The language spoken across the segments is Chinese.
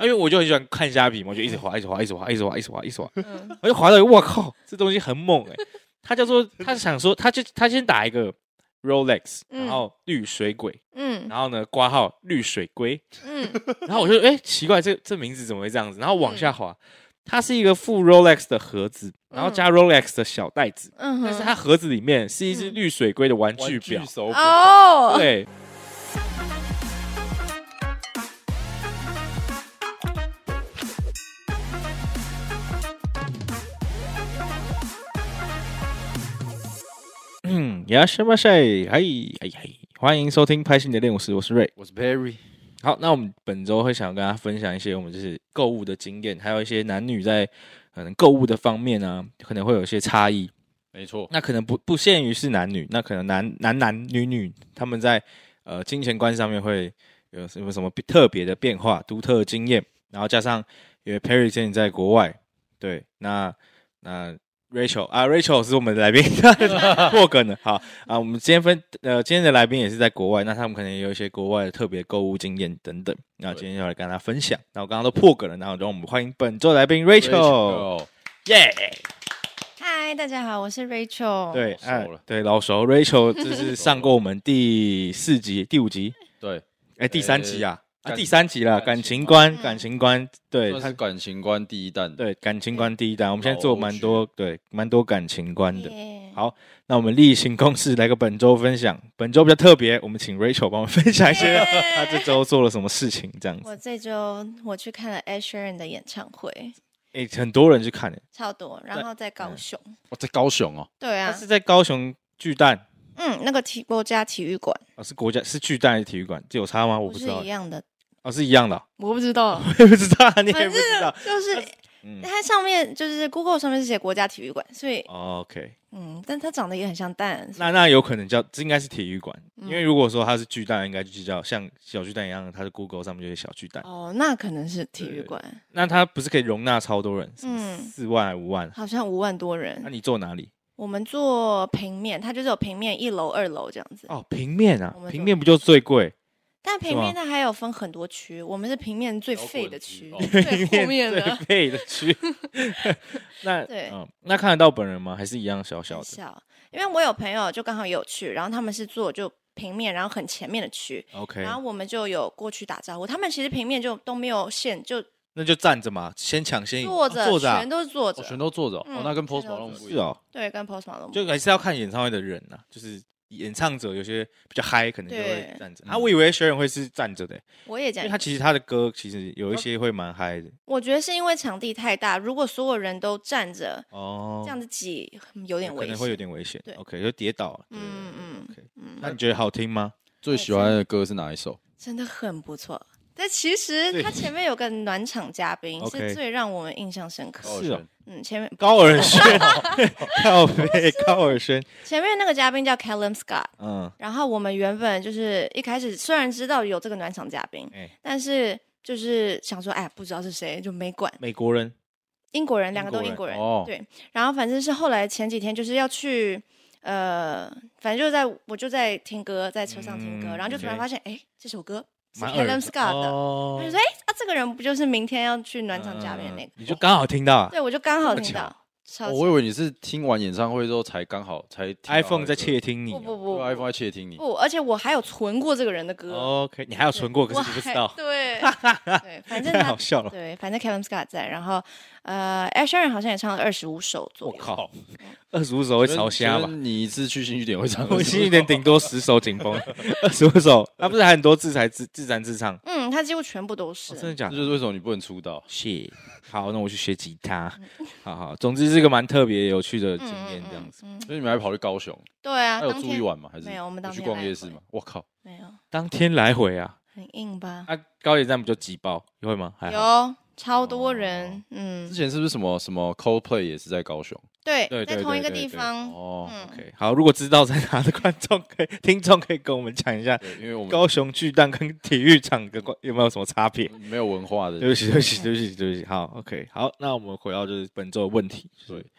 因为我就很喜欢看虾皮嘛，我就一直滑，一直滑，一直滑，一直滑，一直滑，一直滑，嗯我就滑到一个，我靠，这东西很猛哎、他叫做，他想说，他就他先打一个 Rolex，嗯然后绿水鬼，嗯然后呢挂号绿水龟，嗯然后我就哎、诶奇怪，这这名字怎么会这样子？然后往下滑，它是一个附 Rolex 的盒子，然后加 Rolex 的小袋子，嗯但是哼，它盒子里面是一只嗯绿水龟的玩玩具具表，手表，哦，对。嗯，呀，什么谁？嘿，嘿嘿，欢迎收听《拍戏你的练武师》，我是瑞。我是 Perry，好，那我们本周会想跟大家分享一些我们就是购物的经验，还有一些男女在可能购物的方面呢、可能会有一些差异。没错，那可能不不限于是男女，那可能男男男女女他们在呃金钱观上面会有什么什么特别的变化、独特的经验，然后加上因为 Perry 现在在国外，对，那那 Rachel 啊，Rachel 是我们的来宾， 破梗了，好啊，我们今天分呃今天的来宾也是在国外，那他们可能也有一些国外的特别购物经验等等，那今天要来跟大家分享。那我刚刚都破梗了，然后让我们欢迎本周来宾 Rachel， Rachel，耶。嗨，大家好，我是 Rachel。对，哦老熟哎了对，老熟 Rachel 就是上过我们第四集、 第五集，对，哎，第三集啊，啊，呃感第三集了，感感情嗯情观，观感情观，对，算他是感情观第一弹，对感情观第一弹，我们现在做蛮老多，对，蛮多感情观的。耶好那我们例行公事来个本周分享，本周比较特别，我们请 Rachel 帮我们分享一些耶她这周做了什么事情，这样嗯子。我这周我去看了 a s h e r a n 的演唱会，哎，很多人去看，哎超多，然后在高雄。我在高雄哦，对他啊是，在高雄巨蛋，嗯，那个体国家体育馆哦，是国家是巨蛋还是体育馆？这有差吗？我不不是知道一，样的，哦，是一样的哦，我不知道，我也 不知道，你也反不知道正就是嗯 它上面就是 Google 上面是写国家体育馆，所以哦，OK。嗯，但它长得也很像蛋，那那有可能叫这应该是体育馆，嗯因为如果说它是巨蛋，应该就叫像小巨蛋一样，它的 Google 上面就是小巨蛋。哦，那可能是体育馆，那它不是可以容纳超多人，嗯，嗯四万还五万？好像五万多人。那啊你坐哪里？我们坐平面，它就是有平面一楼、二楼这样子。哦，平面啊我，们平坐面不就最贵？但平面它还有分很多区，我们是平面最废的区，最 后面哦最 贵的。的 区。那对嗯，那看得到本人吗？还是一样小小很的？小，因为我有朋友就刚好有去，然后他们是坐就平面，然后很前面的区， OK，然后我们就有过去打招呼。他们其实平面就都没有线，就那就站着嘛，先抢先赢。坐哦着，坐着啊全，都是坐着我，全都坐着哦，嗯哦那跟全 Post 都坐 Malone 着不一是样，哦，对，跟 Post Malone 不一就还是要看演唱会的人呐，就是演唱者有些比较嗨，可能就会对站着。嗯啊，我以为 Sharon 会是站着的欸。我也这因样为他。其实他的歌其实有一些会蛮嗨的我觉得是因为场地太大，如果所有人都站着，哦，这样子挤嗯有点可危能险。会有点危险。对 o k 就跌倒了。对嗯嗯 OK 嗯，那你觉得好听吗？最喜欢的歌是哪一首？真的很不错。但其实他前面有个暖场嘉 宾 OK 是最让我们印象深刻高的。尔是哦宣，嗯，前面高尔宣，靠背高尔宣，前面那个嘉宾叫 Callum Scott，嗯，然后我们原本就是一开始虽然知道有这个暖场嘉宾，哎但是就是想说，哎，不知道是谁就没管。美国人，英国人，两个都英英国国人，哦对。然后反正是后来前几天就是要去。呃，反正就在我就在听歌，在车上听歌，嗯然后就突然 OK 发现，哎、这首歌是蛮耳 Callum 熟 Scott 的，哦他就说：“哎、啊，这个人不就是明天要去暖场嘉宾的那个哦嗯？”你就刚好听到啊对，我就刚好这么听巧到，超哦级我以为你是听完演唱会之后才刚好才听到那 iPhone 个在窃听你不啊。不对不啊，iPhone 在窃听你，不，而且我还有存过这个人的歌， OK，你还有啊存过，可我是你不知还道，对对，反正 太好他笑了。对，反正 Kevin Scott 在，然后呃 a s h e r o n 好像也唱了二十五首左我右，靠，二十五首会觉得朝虾吧觉得？你一次去新据点会唱我 心里点顶多十首紧 绷，二十五首，那不是还很多自才自自弹自唱？哦嗯，他几乎全部都是，哦真的假这的？就是为什么你不能出道。是，好，那我去学吉他。好好，总之是一个蛮特别有趣的经嗯验嗯，这样子。嗯，嗯所以你们还跑去高雄，对啊，还有当住一天晚吗？还是没有我们当去天逛来夜市回吗？我靠，没有，当天来回啊，很硬吧？啊，高铁站不就挤爆？你会吗？还好。哦有超多人，之嗯，前是不是什么什么 Coldplay 也是在高雄？对对，在对同对一个对地对方，哦，嗯， OK，好，如果知道在哪的观众可以、听众可以跟我们讲一下对，因为我们高雄巨蛋跟体育场的关有没有什么差别？没有文化的对不起，对不起，对不起，对不起。好，OK，好，那我们回到就是本周的问题，就是对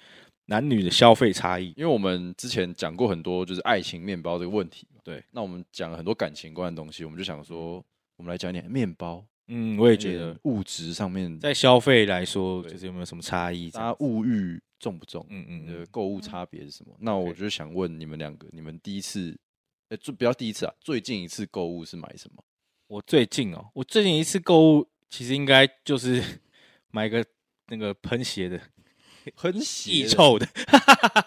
男女的消费差异。因为我们之前讲过很多就是爱情面包这个问题嘛对，那我们讲了很多感情观的东西，我们就想说，我们来讲一点面包嗯，我也觉有得点物质上面，在消费来说，对就是有没有什么差异这大样家子？物欲重不重？嗯嗯你的嗯，购物差别是什么？那我 OK 就想问你们两个，你们第一次，呃，最不要第一次啊，最近一次购物是买什么？我最近哦，我最近一次购物其实应该就是 买个那个喷鞋的，很异喜臭的，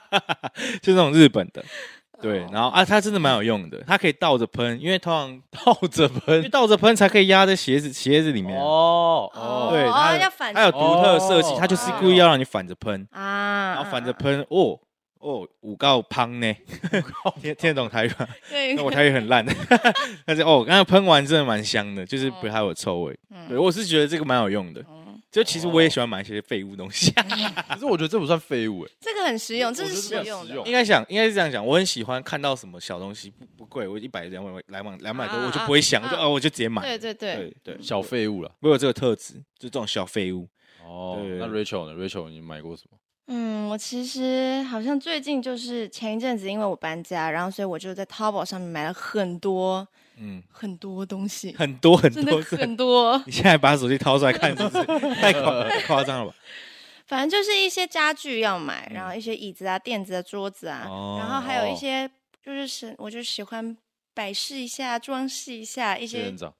就那种日本的。对，哦然后啊，它真的蛮有用的，它可以倒着喷，因为通常 倒着因为喷。倒着喷才可以压在鞋子鞋子里面啊。哦哦，对它哦有要反它有独特设计哦，它就是故意要让你反着喷，啊，然后反着喷，哦哦，五告胖呢，听听得懂台语吗？对， 那我台语很烂， 但是哦，刚刚喷完真的蛮香的，就是不太有臭味。哦嗯对，我是觉得这个蛮有用的。嗯就其实我也喜欢买一些废物东西，啊可是我觉得这不算废物哎，这个很实用，这我是觉得实这个用很实的 用。应该想应该是这样讲，我很喜欢看到什么小东西不不贵，我一百两百两百两百多，啊我就不会想，我就啊哦我就直接买。对对对，对对，小废物了。我有这个特质，就这种小废物。哦，对那 Rachel 呢？Rachel 你买过什么？嗯，我其实好像最近就是前一阵子，因为我搬家，然后所以我就在淘宝上面买了很多嗯，很多东西，很多很真的多是很多。 你现在把手机掏出来看，是不是 太夸太夸张了吧？反正就是一些家具要买，嗯然后一些椅子啊、垫子啊、桌子啊，哦然后还有哦一些就是是我就喜欢摆饰一下、装饰一下一仙些人，掌。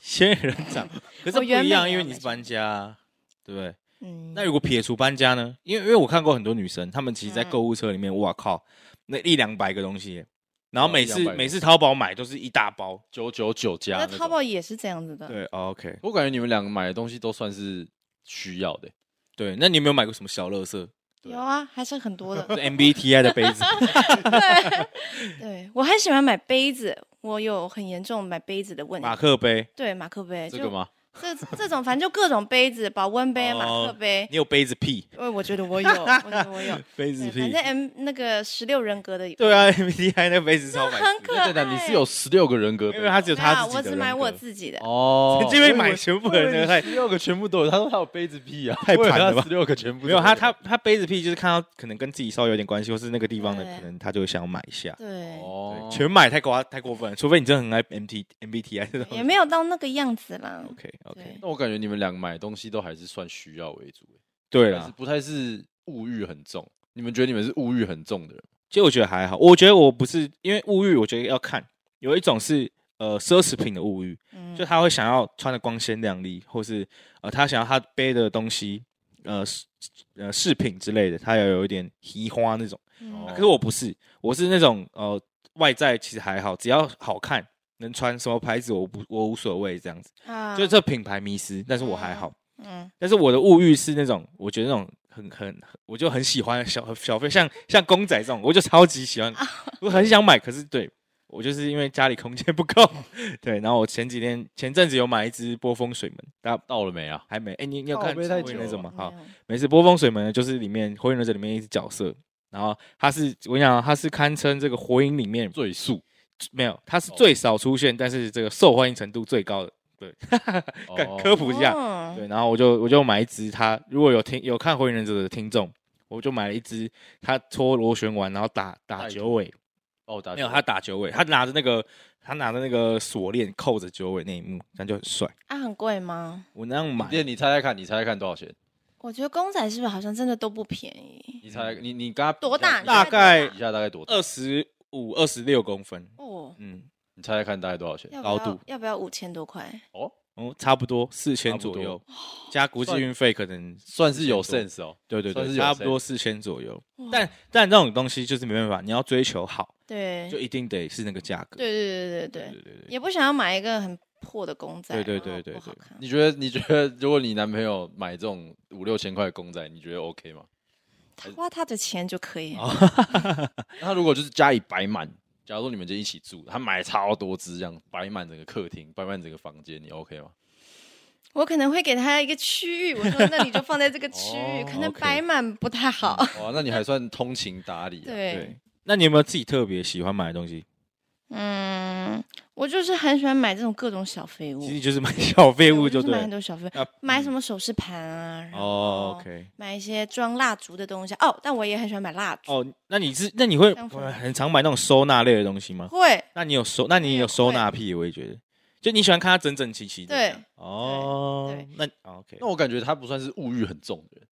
仙人掌，可是不我原一样，本因为也你有是搬家啊，对不对？嗯，那如果撇除搬家呢？因为因为我看过很多女生，她们其实在嗯购物车里面，哇靠，那一两百个东西耶，然后哦每一两次百个每次淘宝买都是一大包。九九九加那那淘种宝也是这样子的，对哦，OK，我感觉你们两个买的东西都算是需要的欸、对，那你有没有买过什么小乐色对有啊，还是很多的。 ？MBTI 的 杯子，对我很喜欢买杯子，我有很严重买杯子的问题。马克杯，对马克杯，这个哎就吗？这 这种反正就各种杯子，保温杯、哦马克杯，你有杯子屁？因为我觉 得我有，我觉得我有。杯对子反屁正？M 那个十六人格的，对啊，MBTI 那杯子超白痴很可对的，爱你是有十六个人格因杯为他只有没有啊他自己我的只买人我格自己的。哦你这边买全部人格太十六个全部都有。他说他有杯子屁啊，太惨了吧十六个全部没有他，他他杯子屁就是看到可能跟自己稍微有点关系，或是那个地方的，对可能他就会想买一下。对，哦对，全买太过太过分了，除非你真的很爱 MT MBTI 这也种。没有到那个样子啦。 OK 哦 OK，对那我感觉你们两个买的东西都还是算需要为主、对欸，还是了，不太是物欲很重。你们觉得你们是物欲很重的人？其实我觉得还好，我觉得我不是因为物欲，我觉得要看有一种是呃奢侈品的物欲，嗯，就他会想要穿的光鲜亮丽，或是呃他想要他背的东西，呃饰呃饰品之类的，他要有一点奇花那种。嗯啊哦可是我不是，我是那种呃外在其实还好，只要好看，能穿什么牌子我不我无所谓这样子，啊就这品牌迷失，但是我还好。嗯，但是我的物欲是那种，我觉得那种很很，我就很喜欢小小费，像像公仔这种，我就超级喜欢，啊 我很想买，可是对我就是因为家里空间不够， 对。然后我前几天前阵子有买一只波风水门，大家到了没啊？还没，哎、你你有靠看背《太火影久忍者》了吗？没好，有，没事，波风水门呢，就是里面《火影忍者》里面一只角色，然后他是我跟你讲，他是堪称这个火影里面赘述，没有，他哦是最少出现，但是这个受欢迎程度最高的。干哦科普一下，哦对，然后我就我就买一只它，如果有听有看《火影忍者》的听众，我就买了一只它搓螺旋丸，然后打打带九尾，哦，打没有他打九尾，他拿着那个他拿着那个锁链扣着九尾那一幕，那就很帅。啊，很贵吗？我那样买，店，你猜猜看，你猜猜看多少钱？我觉得公仔是不是好像真的都不便宜？你猜，你你跟他比多较大大？你猜多概大比一下大概多大？二十五、二十六公分，哦，嗯，你猜猜看大概多少钱？要不高要度要不要五千多块？哦，哦，差不多四差千不左多右，加国际算运费可能算是有4000多 sense 哦。对对算对，是有差不 sense 多四千左右哇。但但这种东西就是没办法，你要追求好，对，就对一定得是那个价格。对对对对对对对，也不想要买一个很破的公仔，对对然对后对呃不好对看。你觉得？你觉得如果你男朋友买这种五六千块的公仔，你觉得 OK 吗？他花他的钱就可以，哦那他如果就是家里摆满，假如说你们就一起住，他买超多只这样摆满整个客厅，摆满整个房间，你 OK 吗？ 我可能会给他一个区域，我 说那你就放在这个区域，哦可能 OK 摆满不太好。哇，那你还算通情达理、啊。，对，那你有没有自己特别喜欢买的东西？嗯，我就是很喜欢买这种各种小废物，其实就是买小废对我物就就是对买了。很多小废物，啊买什么首饰盘啊，然哦后，OK，买一些装蜡烛的东西。哦，但我也很喜欢买蜡烛，哦，那你是那你会香氛很常买那种收纳类的东西吗？会那你有收？那你有收纳癖？我也觉得，就你喜欢看它整整齐齐的。对，哦对，那哦 OK，那我感觉他不算是物欲很重的人，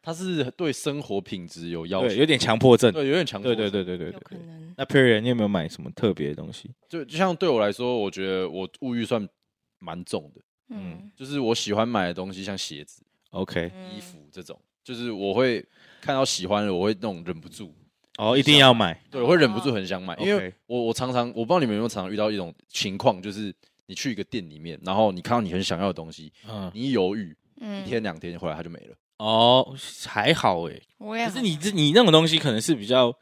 他是对生活品质有要对，求有，点强迫症。对，有点强迫对对症。对对对有可对。能。那 Perry，你有没有买什么特别的东西？就就像对我来说，我觉得我物欲算蛮重的，嗯，就是我喜欢买的东西，像鞋子、 OK，嗯衣服这种，就是我会看到喜欢的，我会那种忍不住，哦，一定要买。对，我会忍不住很想买，因为啊 OK 我我常常我不知道你们有没有常常遇到一种情况，就是你去一个店里面，然后你看到你很想要的东西，嗯，你一犹豫一嗯，天两天，后来它就没了。哦，还好诶。我也可好是你这你那种东西可能是比较，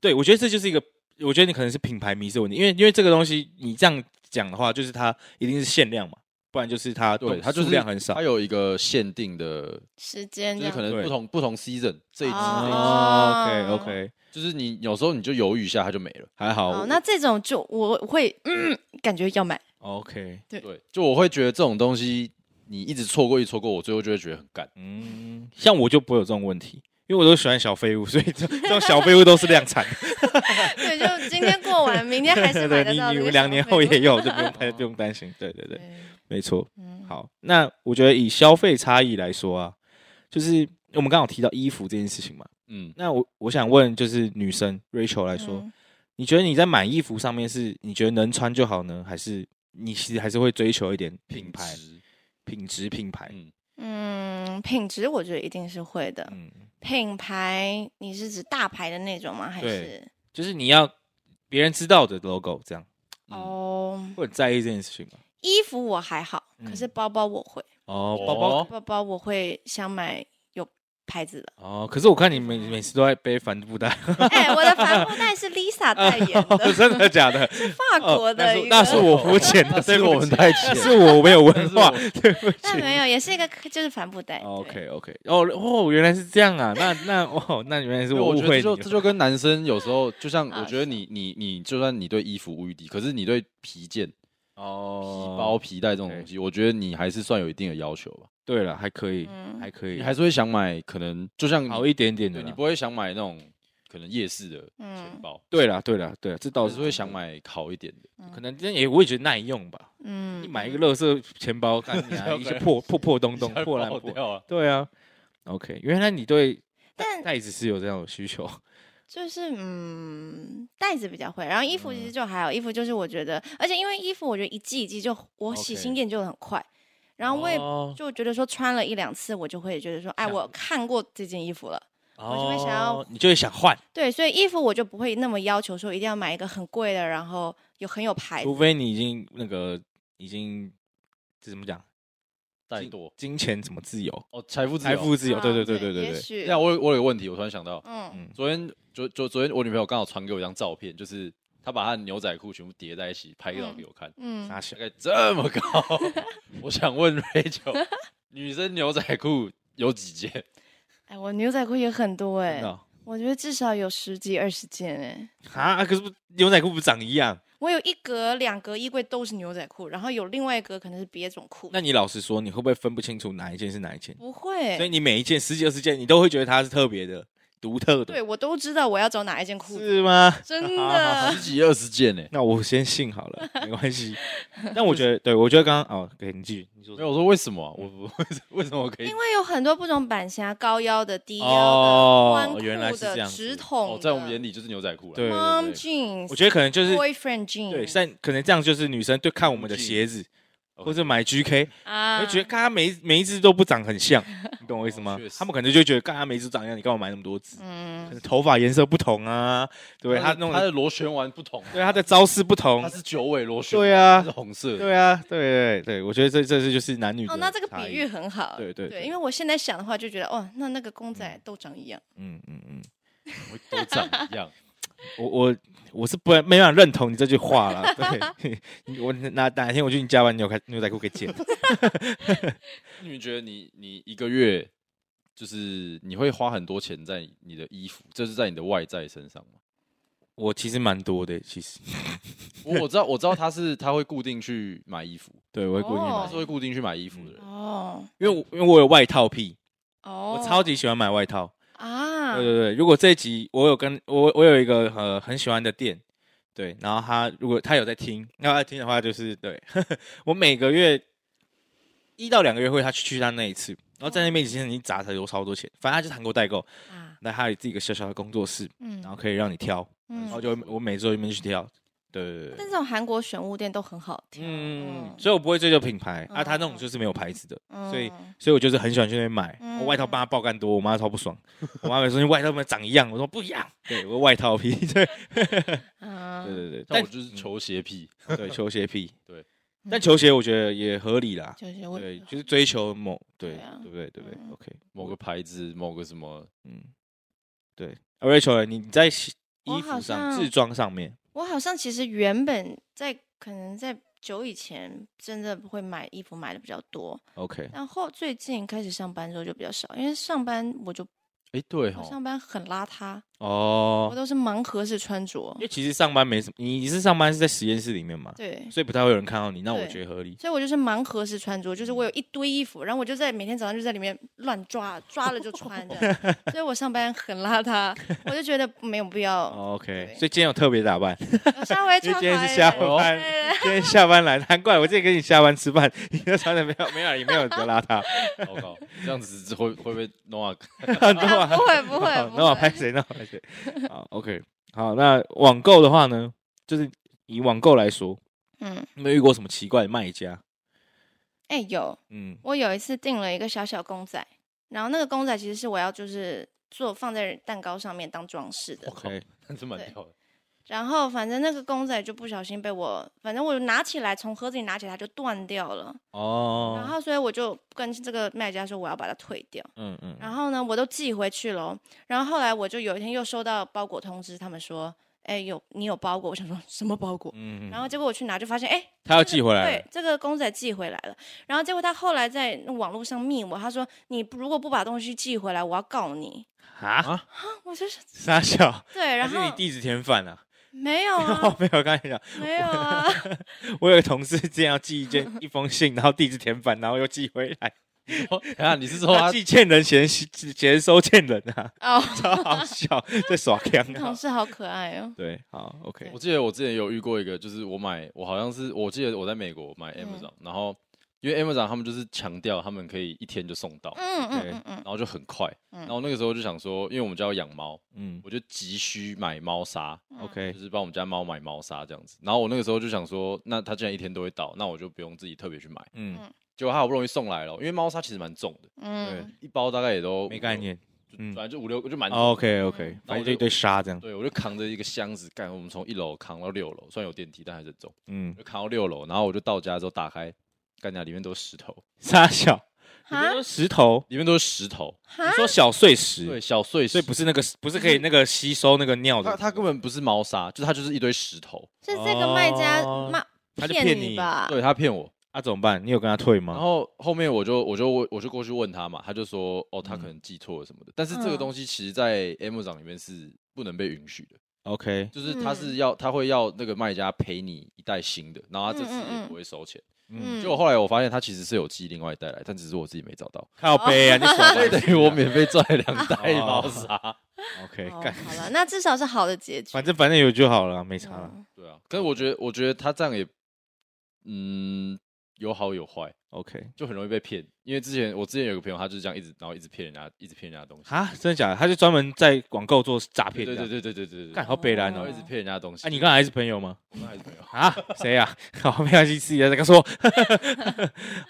对我觉得这就是一个，我觉得你可能是品牌迷失问题，因为因为这个东西你这样讲的话，就是它一定是限量嘛，不然就是它对，它它就是数量很少它。有一个限定的，时间就这是样可能对不同不同 season 这一季那一季哦 OK 哦 OK，就是你有时候你就犹豫一下，它就没了。还好。哦，那这种就我会嗯感觉要买， OK，对，就我会觉得这种东西你一直错过，一直错过，我最后就会觉得很干。嗯，像我就不会有这种问题，因为我都喜欢小废物，所以这这种小废物都是量产。对，就 今天过完，明天还是买 对，得你到你这个们消两年费后嘛也有，就不用 担不用担心。对对对，对，没错。嗯，好，那我觉得以消费差异来说啊，就是我们刚好提到衣服这件事情嘛。嗯，那我我想问，就是女生 Rachel 来说，嗯你觉得你在买衣服上面是你觉得能穿就好呢，还是你其实还是会追求一点品牌、质 品质、品牌？嗯，嗯，品质我觉得一定是会的。嗯，品牌，你是指大牌的那种吗？还对是就是你要别人知道的 logo，这样嗯哦？会很在意这件事情吗？衣服我还好，可是嗯包包我会，哦，包包哦包包我会想买有牌子的。 哦，可是我看你每每次都在背帆布 袋，哦哎，我的帆布袋是 Lisa 代言的，真的假的？哦法国那的是一个。那是我肤浅的，对这个不我们起 太那浅。是我没有文 化但，对不起。但没有，也是一个就是帆布袋。对 OK OK，哦哦，原来是这样啊，那那哦，那原来是对我我误觉得会这你就了这。就跟男生有时候，就像啊我觉得你你你，就算你对衣服无欲敌，可是你对皮件、皮哦，包、皮带这种东西，我觉得你还是算有一定的要求吧。对了，还可以，嗯还可以，你还是会想买，可能就像你好一点点的对你啦。不会想买那种可能夜市的钱嗯包，对啦，对啦，对啦，这倒我是是会想，买好一点的。可能真也我也觉得耐用吧。嗯，你买一个乐色钱包，看你 啊，一些破破破东东，破烂破。掉啊！对啊，OK，原来你对但袋子是有这样的需求。就是嗯，袋子比较会，然后衣服其嗯实就还好，衣服就是我觉得，而且因为衣服我觉得一季一季就我喜 OK 新厌旧得很快， 然后我也哦就觉得说穿了一两次，我就会觉得说，哎，想我看过这件衣服了。我就会想要哦，你就会想换，对，所以衣服我就不会那么要求说一定要买一个很贵的，然后有很有牌除子。非你已经那个已经这怎么讲，怠惰金钱怎么自由，哦，财富自财由。富自由，对对对对对啊也对，许那我有我有个问题，我突然想到，嗯，嗯，昨天昨昨昨天我女朋友刚好传给我一张照片，就是她把她的牛仔裤全部叠在一起拍照给我看，嗯傻大小，概这么高。 我想问 Rachel，女生牛仔裤有几件？哎，我牛仔裤也很多哎、真的哦我觉得至少有十几二十件哎、啊，可是不牛仔裤不长一样？我有一格、两格衣柜都是牛仔裤，然后有另外一格可能是别种裤。那你老实说，你会不会分不清楚哪一件是哪一件？不会，所以你每一件十几二十件，你都会觉得它是特别的、独特的，对我都知道我要找哪一件裤子，是吗？ 真好的十。几二十件呢、那我先信好了，没关系。但我觉得，对我觉得刚刚哦，给你继续，你说没有，我说为什么啊、我我 为什么我可以因？为有很多不同版型啊，高腰的、低腰的、哦宽裤原来是这的、样子直筒的、哦，在我们眼里就是牛仔裤了。对 mom 对对， jeans，我觉得可能就是 boyfriend jeans，对，但可能这样就是女生对看我们的鞋子，或者买 GK，啊，就觉得看它每一每一只都不长很像，你懂我意思哦吗确？实他们可能就觉得看它每一只长一样，你干嘛买那么多只？可嗯能头发颜色不同啊，对不对？它他的弄它的哦的螺旋丸不同，对他的招式不它同，是九尾螺旋丸，对啊它是，红色的。对啊，对对对，我觉得这这是就是男女的哦，那这个差比异喻很好，对对对，对因为我现在想的话就觉得，哦，那那个公仔都长一样，嗯嗯嗯，我都长一样。我我我是不没办法认同你这句话啦。 对，你我哪哪天我去你家把牛开牛仔裤给剪了，你们觉得你你一个月就是你会花很多钱在你的衣服，这是在你的外在身上吗？ 我其实蛮多的，其实 我我知道我知道他是他会固定去买衣服，对我会故意他买哦是，会固定去买衣服的人。哦因为我因为我有外套癖，哦，我超级喜欢买外套。啊对，对对，如果这一集我有跟我我有一个呃很喜欢的店，对，然后他如果他有在听，那他听的话就是对 我每个月一到两个月会他去去他那一次，然后在那边已经已经砸才多超多钱，反正他就是韩国代购，啊，那他有自己一个小小的工作室，嗯然后可以让你挑，然后嗯，就会我每周一面去挑，对对对但对，这种韩国选物店都很好挑，嗯，嗯所以我不会追求品牌啊，嗯他那种就是没有牌子的，嗯所以所以我就是很喜欢去那边买，嗯我外套帮他爆干多，我妈超不爽，我妈每说你外套们长一样，我说不一样，对我外套 批，对啊对对对，但但我就是球鞋癖， 对球鞋批，对，但球鞋我觉得也合理啦，就是我对，就是追求某对对啊对不对对不对嗯？OK，某个牌子，某个什么，嗯，对啊，Rachel，你你在西我衣好服上像制装上面，我好像其实原本在可能在久以前真的会买衣服买的比较多， OK，然后最近开始上班之后就比较少，因为上班我就哎，对我哈上，班很邋遢，我哦，都是盲盒式穿着因，为其实上班没什么，你你是上班是在实验室里面嘛，对。所以不太会有人看到你，那我对觉得合理。所以我就是盲盒式穿着，就是我嗯有一堆衣服，然后我就在每天早上就在里面乱抓，抓了就穿这 样所以我上班很邋遢，我就觉得没有必要，哦 OK，对所以今天有特别打扮，我下因回为穿好今天一是下点班， 今天下班来，难怪我今天跟你下班吃饭， 你都穿的没有没有也没有多邋遢，糟糕，这样子会会不会弄啊？啊 不会不会 好不那我会拍，谁？那我拍谁？好，OK，好，那网购的话呢，就是以网购来说，嗯，有没有遇过什么奇怪的卖家？哎、有，嗯，我有一次订了一个小小公仔，然后那个公仔其实是我要就是做放在蛋糕上面当装饰的我。靠 OK，那 是蛮屌的，然后反正那个公仔就不小心被我，反正我拿起来从盒子里拿起来它就断掉了，然哦，后所以我就跟这个卖家说我要把它退掉。嗯嗯，然后呢，我都寄回去了哦。然后后来我就有一天又收到包裹通知，他们说，哎，有你有包裹，我想说什么包裹？嗯，然后结果我去拿就发现，哎，他要寄回来对了，，这个公仔寄回来了。然后结果他后来在网络上密我，他说：“你不如果不把东西寄回来，我要告你。啊，啊”我就是傻小，对，还然是你后地址填反了？没 有哦 啊，，没有，刚才讲，没有啊，我有个同事之前要寄一 件一封信，然后地址填反，然后又寄回来，哦等一下 你是说他他寄欠人嫌嫌收欠人啊， 哦， 超好笑，在耍强你同啊。事好可爱哦，对，好，OK，我记得我之前有遇过一个，就是我买，我好像是我记得我在美国买嗯 Amazon，、然后因为 Amazon 他们就是强调他们可以一天就送到，嗯对嗯嗯嗯然后就很快。嗯然后那个时候就想说，因为我们家有养猫，嗯我就急需买猫砂，嗯，OK，就是帮我们家猫买猫砂这样子。然后我那个时候就想说，那它既然一天都会到，那我就不用自己特别去买。嗯，结果它好不容易送来了，因为猫砂其实蛮重的，嗯，一包大概也都没概，念。就嗯反正就五六个就蛮重的。 OK OK，反正就一堆沙这样。对，我就扛着一个箱子，干，我们从一楼扛到六楼，虽然有电梯，但还是很重。嗯我，就扛到六楼，然后我就到家之后打开，干家里面都是石头，沙小，你哈说石头，里面都是石头，你哈，说小碎对，石，小碎石，所以不是那个，不是可以那个吸收那个尿它的。它根本不是猫砂，就是它就是一堆石头，是这个卖家哦骂他就骗你你吧？对他骗我。啊，怎么办？你有跟他退然吗？后后面我就我就我就过去问他嘛，他就说哦，他可能记错了什么的。但是这个嗯东西其实，在 Amazon 里面是不能被允许的， OK，就是他是要他会要那个卖家赔你一袋新的，然后他这次也不会收钱。嗯，结果后来我发现他其实是有寄另外一袋来，但只是我自己没找到， 靠背啊，你爽 所以等于我免免费赚了两袋哦猫砂。 OK，哦干，好了，那至少是好的结局。反正反正有就好了，没差了。嗯对啊，可是我觉得，我觉得他这样也，嗯，有好有坏， OK，就很容易被骗。因为之前我之前有个朋友，他就是这样一直，然后一直骗人家，一直骗人家东西。哈，真的假的？他就专门在广告做诈对骗的。对对对对对对对，干好北蓝然哦后一！直骗人家东西。哎，你刚才还是朋友吗？我刚还是朋友，啊，谁呀？好，没关系，自己在跟他说。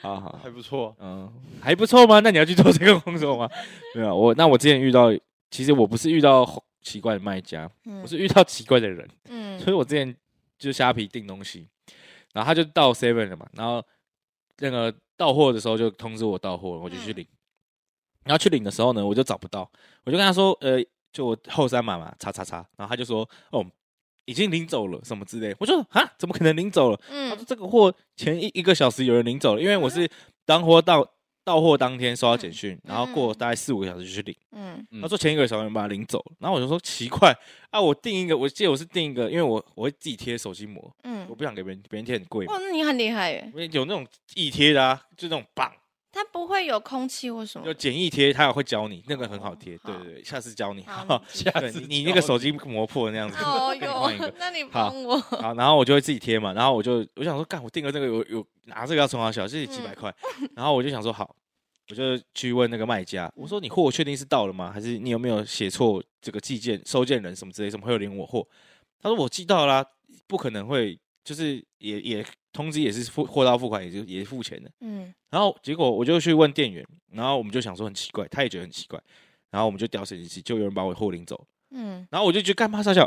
好好，还不错。嗯，还不错吗？那你要去做这个工作吗？ 没有，啊我那我之前遇到，其实我不是遇到奇怪的卖家，嗯我是遇到奇怪的人。所嗯以我之前就虾皮订东西，然后他就到 Seven 了嘛，然后那个到货的时候就通知我到货了，我就去嗯领。然后去领的时候呢，我就找不到，我就跟他说，呃，就我后三码嘛，叉叉叉。然后他就说，哦，已经领走了什么之类。我就啊，怎么可能领走了？他说嗯这个货前一一个小时有人领走了，因为我是当货到到货当天收到简讯，然后过大概四五个小时就去领。嗯嗯他说前一个小时有人把它领走，然后我就说奇怪啊，我订一个，我记得我是订一个，因为我我会自己贴手机膜，嗯我，不想给别人，别人贴很贵嘛哇，，那你很厉害耶！因为有那种一贴的啊，就那种棒，它不会有空气或什么就。简易贴，他也会教你，那个很好贴。哦好对对对，下次教你。好好，你下 对次你你那个手机磨破那样子，哦可以换一哟个，。 那你好帮我。好，然后我就会自己贴嘛，然后我就我想说，干，我订了这个有有拿这个要从好小，这得几百块，然后我就想说好，我就去问那个卖家，我说你货确定是到了吗？还是你有没有写错这个寄件收件人什么之类，怎么会有连我货？他说我寄到啦、不可能会，就是也也通知也是付货到付款，也就也付钱的。嗯，然后结果我就去问店员，然后我们就想说很奇怪，他也觉得很奇怪，然后我们就调显示器，就有人把我货领走，嗯，然后我就觉得干嘛傻笑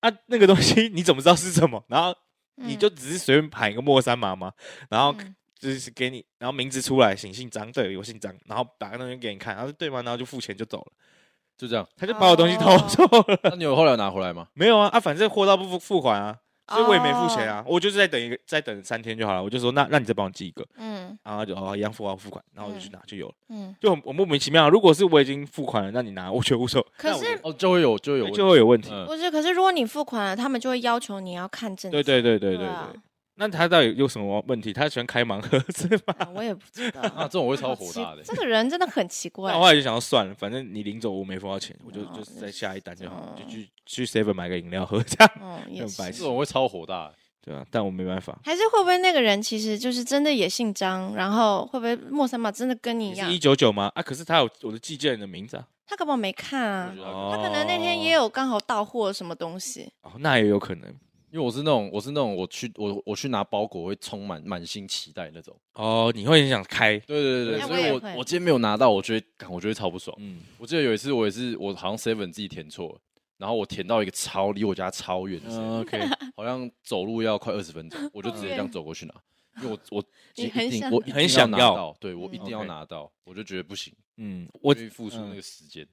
啊，那个东西 你怎么知道是什么？然后你就只是随便喊一个莫三妈妈，然后嗯就是给你，然后名字出来，姓姓张，对我姓张，然后打个东西给你看，然后说对吗？然后就付钱就走了， 就这样。他就把我东西偷哦走 了。那你有后来有拿回来吗？没有啊，啊，反正货到不付付款啊，所以我也没付钱哦啊，我就是再等一个，再等三天就好了。我就说那那你再帮我寄一个，嗯然后他就哦一样付啊付款，然后我就去拿就有了，嗯，就很我莫名其妙啊。如果是我已经付款了，那你拿我觉得无所谓，可那我是哦，就会有就会有对问哎就会有问题题。嗯，不是？可是如果你付款了，他们就会要求你要看证对对件。对对对对对啊，那他到底有什么问题？他喜欢开盲盒是吗？啊我也不知 道。那这种我会超好火奇啊大的。这个人真的很奇怪那我。后来就想说算了，反正你领走我没付到钱，我就哦就是那在下一单就好，是哦就去去 seven 买个饮料喝这样， 嗯，也很白痴哦是欸这。种我会超火大的，对啊，但我没办法，还是会不会那个人其实就是真的也姓张，然后会不会莫三宝真的跟你一你样是一？九九吗？啊，可是他有我的寄件人的名字啊，他根本没看啊我觉，得他哦他可能那天也有刚好到货什么东西。哦，那也有可能因为我是那种我是那种我去我我去拿包裹会充满满心期待那种。哦，你会很想开，对对对对，哎所我以也我会我今天没有拿到，我觉得干我觉得超不爽。嗯，我记得有一次我也是我好像 seven 自己填错了，然后我填到一个超离我家超远的 seven，、嗯 OK， 好像走路要快二十分钟，我就直接这样远走过去拿，因为我我 你一很定想我一很定想拿要到，对我一嗯定要 OK 拿到，我就觉得不行，嗯，我因为付出嗯那个时间。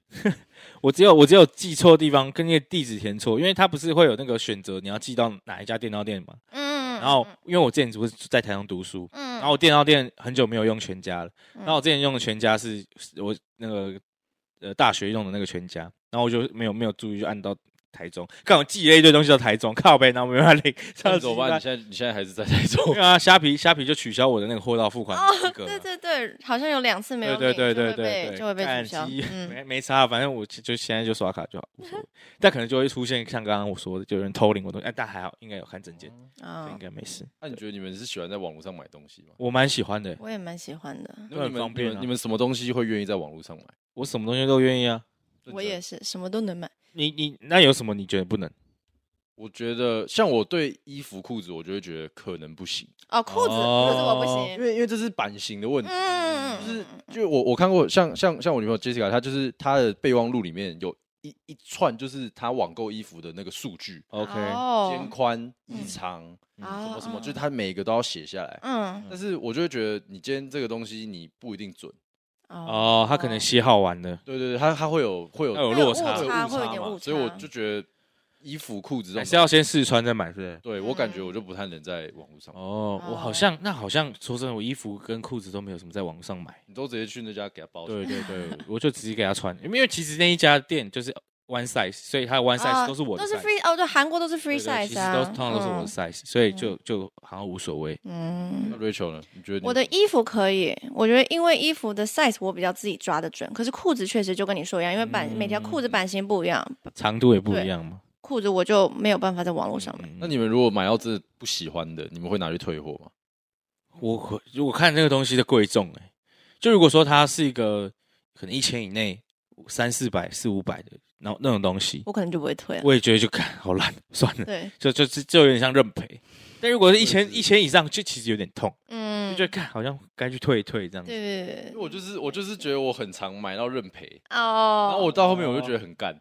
我只有我只有寄错地方跟那个地址填错，因为他不是会有那个选择你要寄到哪一家电脑店嘛，嗯，然后因为我之前不是在台上读书，嗯，然后我电脑店很久没有用全家了，嗯然后我之前用的全家是是我那个呃大学用的那个全家，然后我就没有没有注意就按到台中，刚好寄了一堆东西到台中，靠背，然后没办法领，这那样怎么办？你子现在你现在还是在台因 中为？啊虾皮虾皮就取消我的那个货到付款资格了。哦对对对，好像有两次没有对对领对就会对被对，就会被干取消。鸡嗯，没没差，反正我就就现在就刷卡就好，无所谓但可能就会出现像刚刚我说的，就有人偷领我东西，哎，但还好，应该有看证件，所以应啊，该没事。那你觉得你们是喜欢在网络上买东西吗？我蛮喜欢的，我也蛮喜欢的。那很你们方便你啊们你们什么东西会愿意在网络上买？我什么东西都愿意啊。我认真也是什么都能买，你你那有什么你觉得不能？我觉得像我对衣服、裤子，我就会觉得可能不行，哦，裤子、哦裤子我不因行，为因为这是版型的问题。嗯，就是就我我看过像像像我女朋友 Jessica，她就是她的备忘录里面有一一串就是她网购衣服的那个数据， OK，肩哦，宽、衣嗯长、什什么什么，就是她每个都要写下来。嗯但是我就会觉得你今天这个东西你不一定准，哦，他可能写好玩的，对对对，它它会有会有它有会有落误差会有差会有嘛点误所以我差就觉得衣服、裤子这还种是要先试穿再买，是不是？对我感觉嗯我就不太能在网络上，哦，我好哦像那好像说真的，我衣服跟裤子都没有什么在网上买。你都直接去那家给他包。对对对，我就直接给他穿，因为其实那一家店就是 one size，所以他的 one size 啊都是我的都是 size， free 哦，对，韩国都是对 free 对其 size 实啊，都通常都是我的嗯 size，所以就就好像无所谓。嗯那 Rachel 呢？你觉得你我的衣服可以，我觉得因为衣服的 size 我比较自己抓得准，可是裤子确实就跟你说一样，因为版、每条裤子嗯版型不一样，长度也不一对样嘛。裤子我就没有办法在网络上买。嗯那你们如果买到这不喜欢的，你们会拿去退货吗？我会我看那个东西的贵重、欸，就如果说它是一个可能一千以内，三四百、四五百的，然后那种东西，我可能就不会退了。我也觉得就看好烂，算了，对，就就就就有点像认赔。但如果是一我也千是一千以上，就其实有点痛，嗯，就觉得看好像该去退一退这样子。对对因为对我就是我就是觉得我很常买到认赔，然后哦，我到后面我就觉得很干，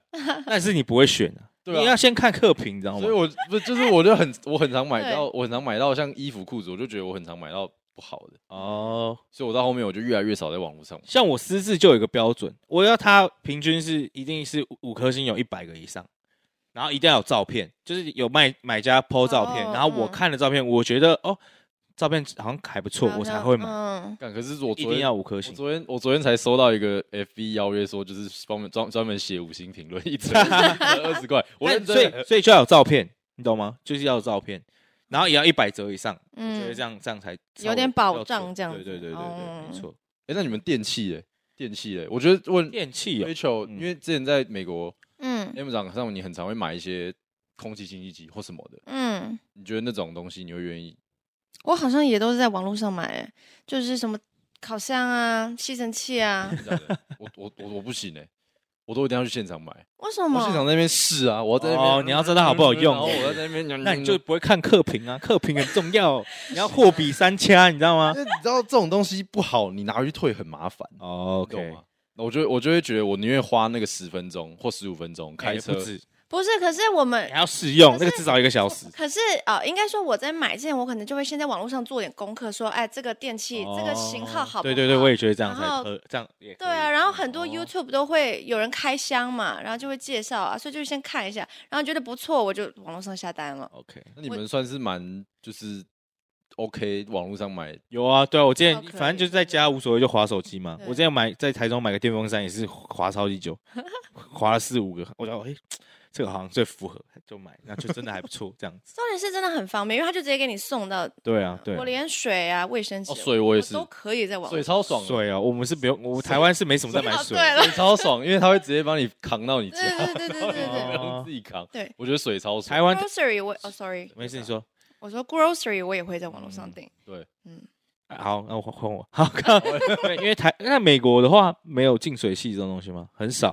但是你不会选啊，对啊你要先看客评，你知道所以吗？我不就是我就很我很常买对到我很常买到像衣服裤子，我就觉得我很常买到不好的，哦，所以我到后面我就越来越少在网络上买。像我私自就有一个标准，我要它平均是一定是五颗星有一百个以上，然后一定要有照片，就是有卖买家 PO 照片，哦然后我嗯看了照片，我觉得哦，照片好像还不错，我才会买，嗯，干，可是我一昨定天要五颗我星。昨天我昨天才收到一个 FB 邀约，说就是帮我们专专门写五星评论，一 折二十块，我认但真所以的。所以就要有照片，你懂吗？就是要有照片，然后也要一百折以上。我觉得嗯这样这样才稍有点微保比较障准这样对对子对对对，没哦错。哎、那你们电器嘞？电器嘞？我觉得问电器哦， Rachel，、嗯因为之前在美国嗯 Amazon 上，你很常会买一些空气清新机或什么的，嗯，你觉得那种东西你会愿意？，我好像也都是在网络上买欸，就是什么烤箱啊、吸尘 器啊真的假的我我我我不行哎、我都一定要去现场买，为什我么现？场在那边试啊，我在那边、哦你要知道好不好用然后我在那边，那你就不会看客评啊，客评很重 要，你要货比三家，你知道吗 因为你知道这种东西不好，你拿回去退很麻烦。啊哦你懂？OK，吗？我就我就会觉得，我宁愿花那个十分钟或十五分钟开哎车不，止，不是，可是我们你还要试用，可是那个至少一个小时。可是啊、呃应该说我在买之前，我可能就会先在网络上做点功课，说，哎，这个电器、这个型号好不好？哦对对对，我也觉得这样才然后合，这样也可对啊，以，然后很多哦 YouTube 都会有人开箱嘛，然后就会介绍啊，所以就先看一下，然后觉得不错，我就网络上下单了。 OK，那你们算是蛮就是 OK 网络上买有啊，对啊，我之前哦可以反正就是在家无所谓，就划手机嘛。对我之前买在台中买个电风扇也是划超级 久，划了四五个，我想哎、这个好像最符合，就买，那就真的还不错，这样子。重点是真的很方便，因为他就直接给你送到。对啊，对啊我连水啊、卫生纸，哦，水我也是都，可以在网水络。超爽的，水啊，我们是不用，我台湾是没什么在买哦水。对了水，超爽，因为它会直接帮你扛到你家，对对对对对对哦对。然后自己扛。对我觉得水超台爽。湾 grocery 我哦，sorry，没事，你说我说 grocery 我也会在网络上订。啊好，那我换换我好， 刚因为台那美国的话没有净水器这种东西吗？很少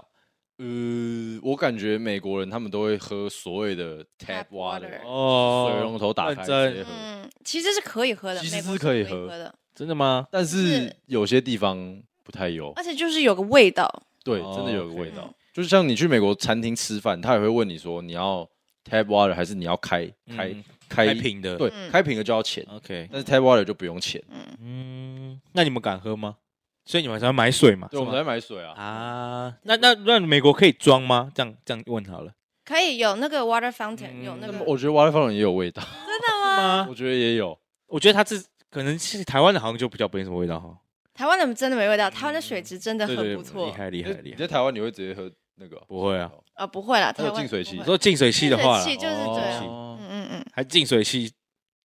呃，我感觉美国人他们都会喝所谓的 Tap tap water， water 哦水龙头打认开直接真，喝。嗯，其实是可以喝的，其实美国是可以以喝的，真的吗？但是是哎有些地方不太有，而且就是有个味道。对，哦真的有个 OK 味道。就是像你去美国餐厅吃饭，他也会问你说你要 tap water 还是你要开开嗯开开，瓶的，哦对，嗯开瓶的就要钱， ，OK，但是 tap water 就不用钱。嗯，嗯，那你们敢喝吗？所以你们才会买水嘛？对，我是吗们才买水啊。啊，那那那美国可以装吗？这样这样问好了。可以有那个 water fountain，嗯有那那个么我觉得 water fountain 也有味道，吗？我觉得也有。我觉得它是可能是台湾的，好像就比较没什么味道哈。台湾的真的没味道，台湾的水质真的对很对不对，厉错。害厉害你厉你害。在台湾你会直接喝那个？不会啊，啊，不会啦，它台有湾净水器不你会说净水器的话啦，净水器就是哦对净水啊器哦嗯嗯还净水器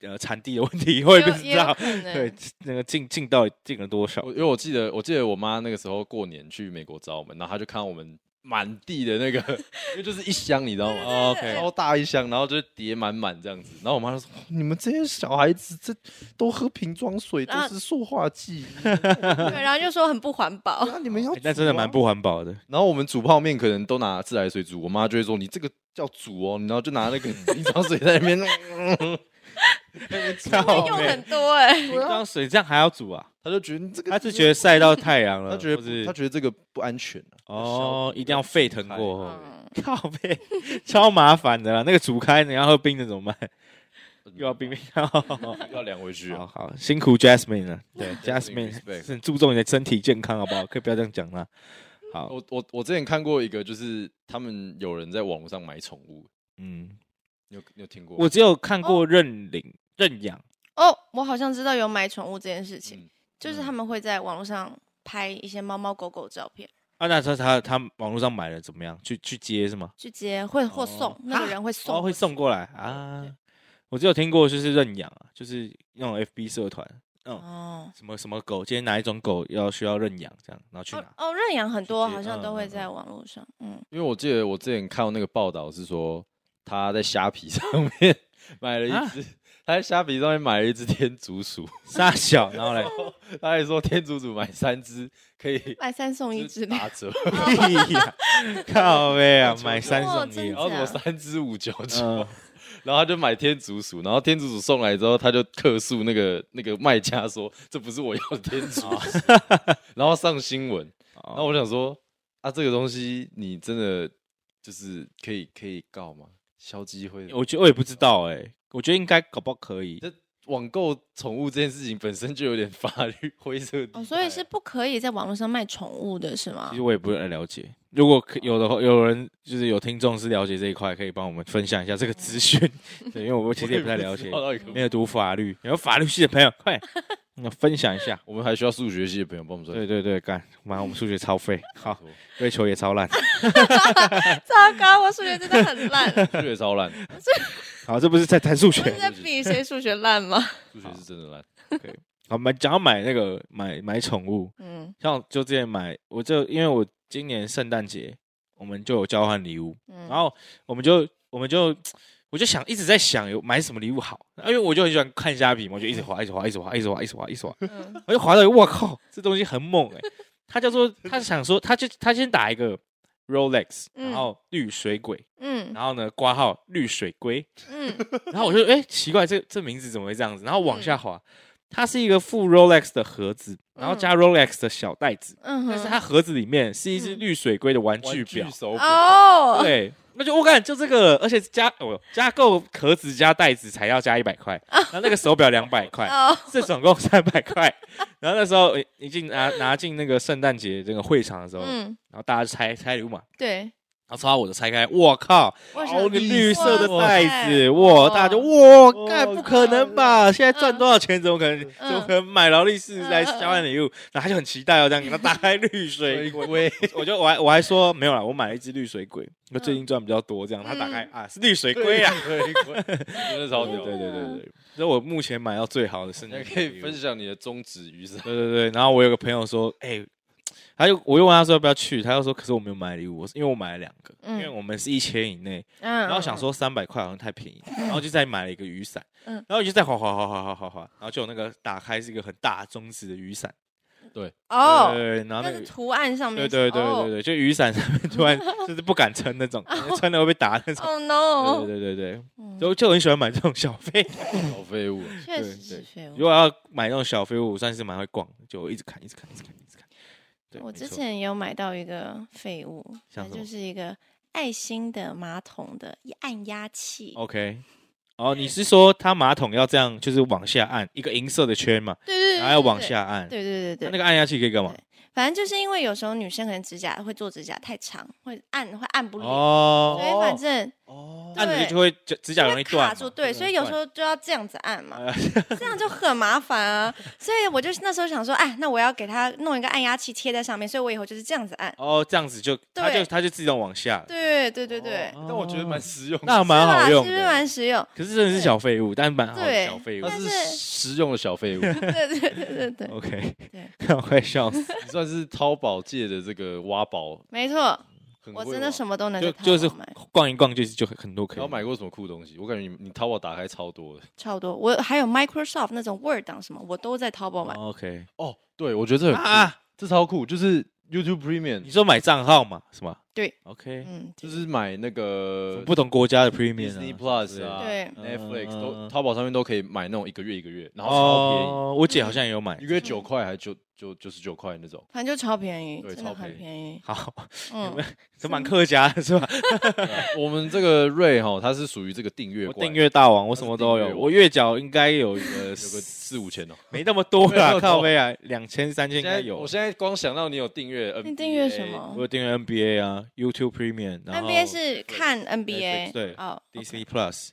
呃产地的问题会嗯，不也知有道，可能。对，那个进进到底进了多少我？因为我记得，我记得我妈那个时候过年去美国找我们，然后她就看到我们满地的那个， 因为就是一箱，你知道吗？哦 OK 超大一箱，然后就叠满满这样子。然后我妈就说：“你们这些小孩子，这都喝瓶装水，都啊然后是塑 化剂，对，然后就说很不环保。那你们要、啊欸那真的蛮。不环保的。”然后我们煮泡面可能都拿自来水煮，我妈就会说：“你这个叫煮哦。”然后就拿那 个瓶装水在那边弄，会用很多哎、瓶装水这样还要煮啊？她就觉得你这个他是觉得晒到太 阳了，她觉或得是她觉得这个不安全、啊、哦，一定要沸腾过后。 嗯，靠背，超麻烦的啦。那个煮开，你要喝冰的怎么办？又要冰冰， 好要量回 去啊。好辛苦 Jasmine 了。 对，Jasmine Jasmine，respect 是很注重你的身体健康，好不好？可以不要这样讲啦。好，啊我我我之前看过一个，就是他们有人在网络上买宠物，嗯，你有你有听过吗？我只有看过认领、认养，哦，我好像知道有买宠物这件事情，嗯就是他们会在网络上拍一些猫猫狗狗照片，啊，那他他他网络上买了怎么样？去去接是吗？去接会或哦送、那个人会送、哦，会送过来啊。我只有听过就是认养啊，就是那种 FB 社团，哦什么什么狗，今天哪一种狗要需要认养这样，然后去哦哪？哦，认养很多去接好像嗯嗯都会嗯在网络上，嗯，因为我记得我之前看到那个报道是说他在虾皮 上面买了一啊只，他在虾皮上面买了一只天竺鼠，沙小，然后 嘞，他还说天竺鼠买三只 可以买三送一就之是类，打折，屁呀， 靠背啊，求买救三哇送真一然哦，后什么假三只五九嗯折，然后他就买天竺鼠，然后天竺鼠送来之后，他就客诉那个那个卖家说这不是我要的天竺鼠，然后上新闻。然后哦我想说，啊，这个东西你真的就是可以可以告吗？消基会的，我觉得我也不知道哎、我觉得应该搞不好可以这网购宠物这件事情本身就有点法律灰色地带啊、哦，所以是不可以在网络上卖宠物的是吗其实？我也不太了解。如果可有的话有人就是有听众是了解这一块，可以帮我们分享一下这个资讯。 对，因为我其实也不太了 解我，也哦不知道到底可不可没有读法律，有法律系的朋友快 那分享一下。我们还需要数学系的朋友帮我们说。对对对，干妈，我们数学超废， 好，没错，瑞球也超烂。糟糕， 我数学真的很烂，数学超烂，好，这不是在谈数 我是学。在比谁数学烂吗？数学是真的烂。啊，买讲要买那个买买宠物，嗯像就之前买，我就因为我今年圣诞节我们就有交换礼物，嗯，然后我们就我们就我就想一直在想有买什么礼物好，因为我就很喜欢看虾皮嘛，我就一直滑，一直滑，一直滑，一直滑，一直滑，一直滑，嗯我就滑到一个，我 靠，这东西很猛哎、他叫做他想说，他就他先打一个 Rolex，嗯然后绿水鬼，嗯 然后呢挂号绿水 龟，嗯然后我就哎、诶奇怪，这这名字怎么会这样子？然后往下滑，它是一个附 Rolex 的盒子，然后加 Rolex 的小袋子，嗯，但是它盒子里面是一只嗯绿水龟的玩具玩表具，手表，哦，对。那就我感觉就这个，而且加哦加购壳子加袋子才要加一百 块，那那个手表两百块，哦， 这总共三百块。然后那时候诶已经拿拿进那个圣诞节这个会场的时候，嗯，然后大家拆拆礼物嘛，对，然后抽到我的拆开，我靠，哇哦，那个塞绿色的袋子，哇，哇大家就哇，哇干不可能吧？现在赚嗯多少钱？怎么可能？嗯怎么可能买劳力士来嗯嗯交换礼物？然后他就很期待哦，这样给他打开绿水 水鬼，龟，我就我还我还说没有啦，我买了一只绿水鬼，我最近赚比较多，这样他打开啊是绿水龟啊，水龟， 真的超对屌。对对对对，这是我目前买到最好的圣你还诞可节以礼物分享你的宗旨于是，对对对，然后我有个朋友说，哎、他就我又问他说要不要去，他就说可是我没有买礼物，我是因为我买了两个，嗯因为我们是一千以内，嗯，然后想，说三百块好像太便宜，然后就再买了一个雨伞，嗯然后就再滑滑滑滑滑滑滑，然后就有那个打开是一个很大中指的雨伞，哦，对对对，然后那那是哦个。图案上对面，哦对对对对，就雨伞上面突然就是不敢撑那种，感觉撑了会被打那种。 ，Oh no，对对对对对，嗯就就很喜欢买这种小废。哦小废物。确实对是废物如。果要买那种小废物，我算是蛮会逛的，就我一直看，一直看，一直看，一直看。对，我没之错前也有买到一个废物，像它什么就是一个爱心的马桶的按压器。 OK，哦，你是说它马桶要这样，就是往下按一个银色的圈嘛，对对对，然后要对往。下按。对对对对那那对，个按下去可以干嘛？反正就是因为有时候女生可能指甲会做指甲太长，会按会按不利，哦所以反正 哦，按着对就会指指甲容易会断卡嘛。住，对，所以有时候就要这样子按嘛哎，这样就很麻烦啊。 所以我就那时候想说，哎，那我要给它弄一个按压器贴在上面，所以我以后就是这样子按。哦，这样子就它就它就自动往下了，对对对对，但我觉得蛮实用的。那哦蛮好用是吧是啊不是的。蛮实 用？可是真的是小废物，但蛮好的对小废物它。但是是实用的小废物，对对对对对， OK，对 看我快笑死。你算是淘宝界的这个挖宝， 没错，很我会真的挖什么都能哦就在就淘是宝买，逛一逛，就是就很多可然后以。买过什么酷东西？我感觉你你淘宝打开超多的。差不多。我还有 Microsoft 那种 Word 档什么，我都在淘宝买。 OK 哦，对，我觉得这很酷，啊，这超酷，就是 YouTube Premium，你说买账号嘛，是吗？对，OK，嗯，就是买那个不同国家的 Premium 啊呃 Disney 之 Plus 类的啊对，Netflix 嗯都嗯淘宝上面都可以买那种一个月一个月，然后超便宜，哦，我姐好像也有买一。个月九块还是九九九十九块那 种。反正就超便宜，对真超的很便宜 便宜。好，嗯，这蛮客家的是吧？对啊我们这个瑞哈，它是属于这个订 阅我怪，订阅大王，我什么都他是有，订阅我月缴应该有呃有呃个四五千哦。没那么多没那啦，么多靠背啊，两千三千应现该在有我。现在光想到你有订阅，你订阅什？么我有订阅 NBA 啊，YouTube Premium，然后？NBA 是看 NBA，对哦 Disney Plus，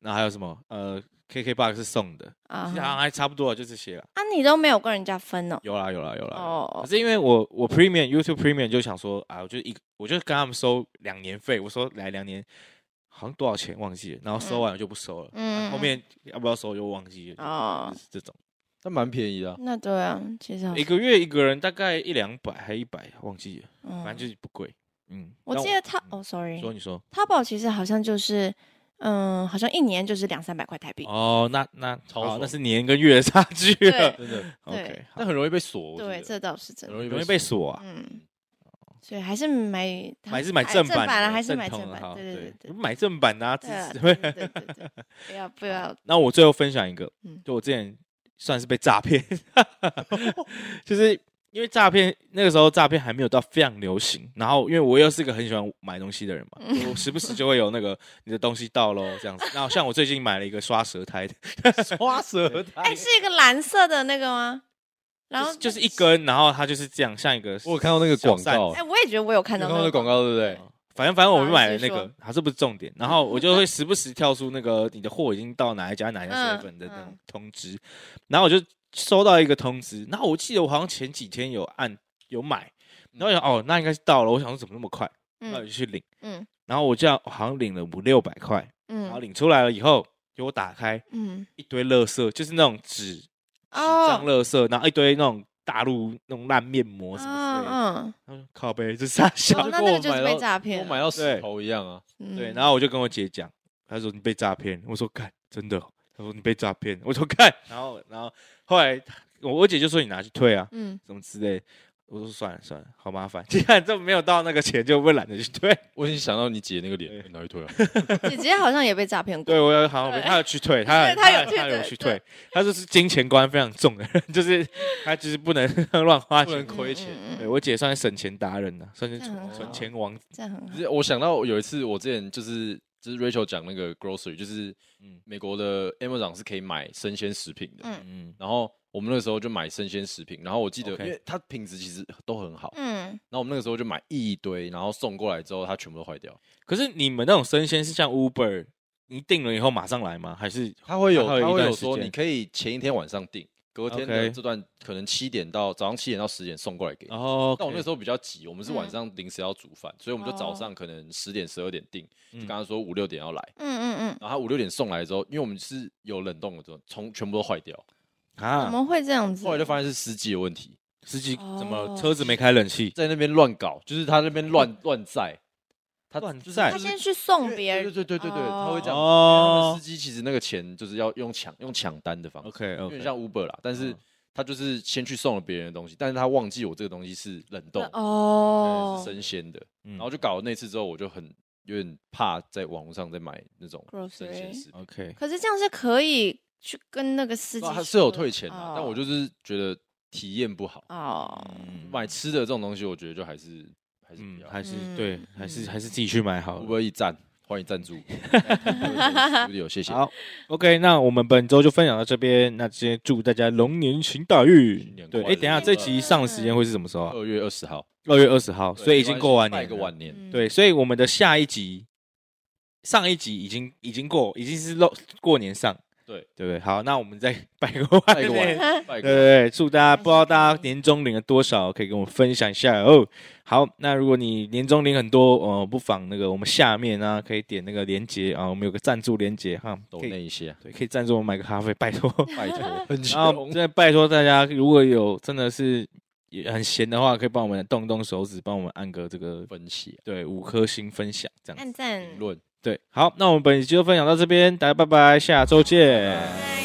那还有什么？呃，KKBox 是送的，啊其实好像哈还差不多啊，就这些啦。啊，你都没有跟人家分哦。有啦，有啦，有啦。哦可是因为我我 Premium YouTube Premium 就想说啊，我就一个我就跟他们收两年费，我说来两年，好像多少钱忘记了，然后收完我就不收了，啊嗯，后面要不要收又忘记了，哦就，是这种那蛮便宜的啊，那对啊，其实好一个月一个人大概一两百还一百忘记了，嗯反正就是不贵。嗯，我但记得淘哦你，sorry，说你说淘宝其实好像就是，嗯，好像一年就是两三百块台币。哦，那那超好爽那是年跟月的差距 了。真的，对 OK，好那很容易被锁。我觉对，得这倒是真很的。容易容易被被锁。锁啊。嗯，所以还是买它还是买哎正版版啦，的还是买正正统的版哈。对对对对。买正版的啊，支对啊，持。对对对对对，不要不要，那我最后分享一个嗯，就我之前算是被诈骗， 就是因为诈骗那个时候诈骗还没有到非常流行，然后因为我又是个很喜欢买东西的人嘛，嗯我时不时就会有那个你的东西到喽这样子。然后像我最近买了一个刷舌苔的， 花舌苔哎，是一个蓝色的那个吗？然后就是一根，然后它就是这样，像一个我有看到那个广告，哎，我也觉得我有看你到有看到那那个个广告对不对？反正反正我们买了那好个你继，它这不是重点。然后我就会时不时跳出那个你的货已经到哪一家哪一家嗯 seven 的那种嗯通知，然后我就收到一个通知，然后我记得我好像前几天有按有买，然后我想哦那应该是到了，我想说怎么那么快，然后我嗯就去领，嗯然后我这样好像领了五六百块，然后嗯领出来了以后，给我打开嗯一堆垃圾，就是那种纸脏哦，垃圾，然后一堆那种大陆那种烂面膜什么之类的。嗯他说靠背，这傻笑。哦那那个就是被诈骗哦跟我买到石头一样啊。嗯，对，然后我就跟我姐讲，她说你被诈骗，我说干，真的哦，她说你被诈骗，我说干，然后然后后来我我姐就说你拿去退啊，嗯，什么之类的，我说算了算了，好麻烦，既 然这没有到那个钱，就会懒得去退。 我已经想到你姐那个对脸，哪一推啊？ 姐姐好像也被诈骗过，对我有好像没，对她有去退，她对她有有去她有对去对退，她就是金钱观非常重的人， 就是她就是不能 乱花不能钱。亏嗯钱。嗯对嗯我姐算是省钱达人呐、算是这样很存存好钱王。这样很好，我想到有一次，我之前就是就是 Rachel 讲那个 grocery，就是嗯美国的 Amazon 是可以买生鲜食品的。嗯嗯，然后我们那个时候就买生鲜食品，然后我记得 OK 因为它品质其实都很好，嗯，然后我们那个时候就买一堆，然后送过来之后它全部都坏掉。可是你们那种生鲜是像 Uber，你订了以后马上来吗？还是它会有它会有它一会段有时说间你可以前一天晚上订，隔天的 OK 这段可能七点到早上七点到十点送过来给你。然后但我那时候候比较急，我们是嗯晚上临时要煮饭，所以我们就早哦上可能十点十二点订，就嗯刚刚说五六点要来，嗯嗯然后他五六点送来之后，因为我们是有冷冻的，之后从全部都坏掉，嗯，啊怎，么会这样子？后来就发现是司机的问题，司机哦怎么车子没开冷气？在那边乱搞，就是他那边乱乱载，他哦乱就是载他就是先去送对别人，对对对对对，他会这样。他们哦司机其实那个钱就是要用抢用抢单的方式， ，OK 有点 OK，像 Uber 啦，但是嗯他就是先去送了别人的东西，但是他忘记我这个东西是冷冻的，对哦是生鲜的，然然后就搞了那次之后，我就很有点怕在网络上再买那种嗯生鲜，grocery，食品， OK，可是这样是可以去跟那个司机不说的，然它哦是有退钱的，啊但我哦就是觉得体验不好，哦，嗯买吃的这种东西，我觉得就还是还是嗯比，较还是嗯对，还是还是自己去买好了。 Uber 一站，欢迎 赞助，有谢谢，好，OK，那我们本周就分享到这边。那今天祝大家龙年行大运新年。对，快哎、乐等一下这集上的时间会是什么时候啊？二月二十号，二月二十号，所以已经过完拜年个了。晚年，嗯对，，所以我们的下一集，上一集已经已经过，已经是过过年上。对， 对不对？好，那我们再拜个晚拜个晚年。 年，拜对对个晚年对，祝大家不知道大家年终领了多少，可以跟我分享一下哦。好，那如果你年终领很多，呃，不妨那个我们下面呢、可以点那个连接啊，我们有个赞助连接哈，抖可以那一些，对，可以赞助我买个咖啡，拜托。拜 托， 很然后穷真。的拜托大家，如果有真的是也很闲的话，可以帮我们动动手指，帮我们按个这个分析、对五颗星分享这样子。嗯按赞，评论。对，好，那我们本期就分享到这边，大家拜拜，下周见。拜。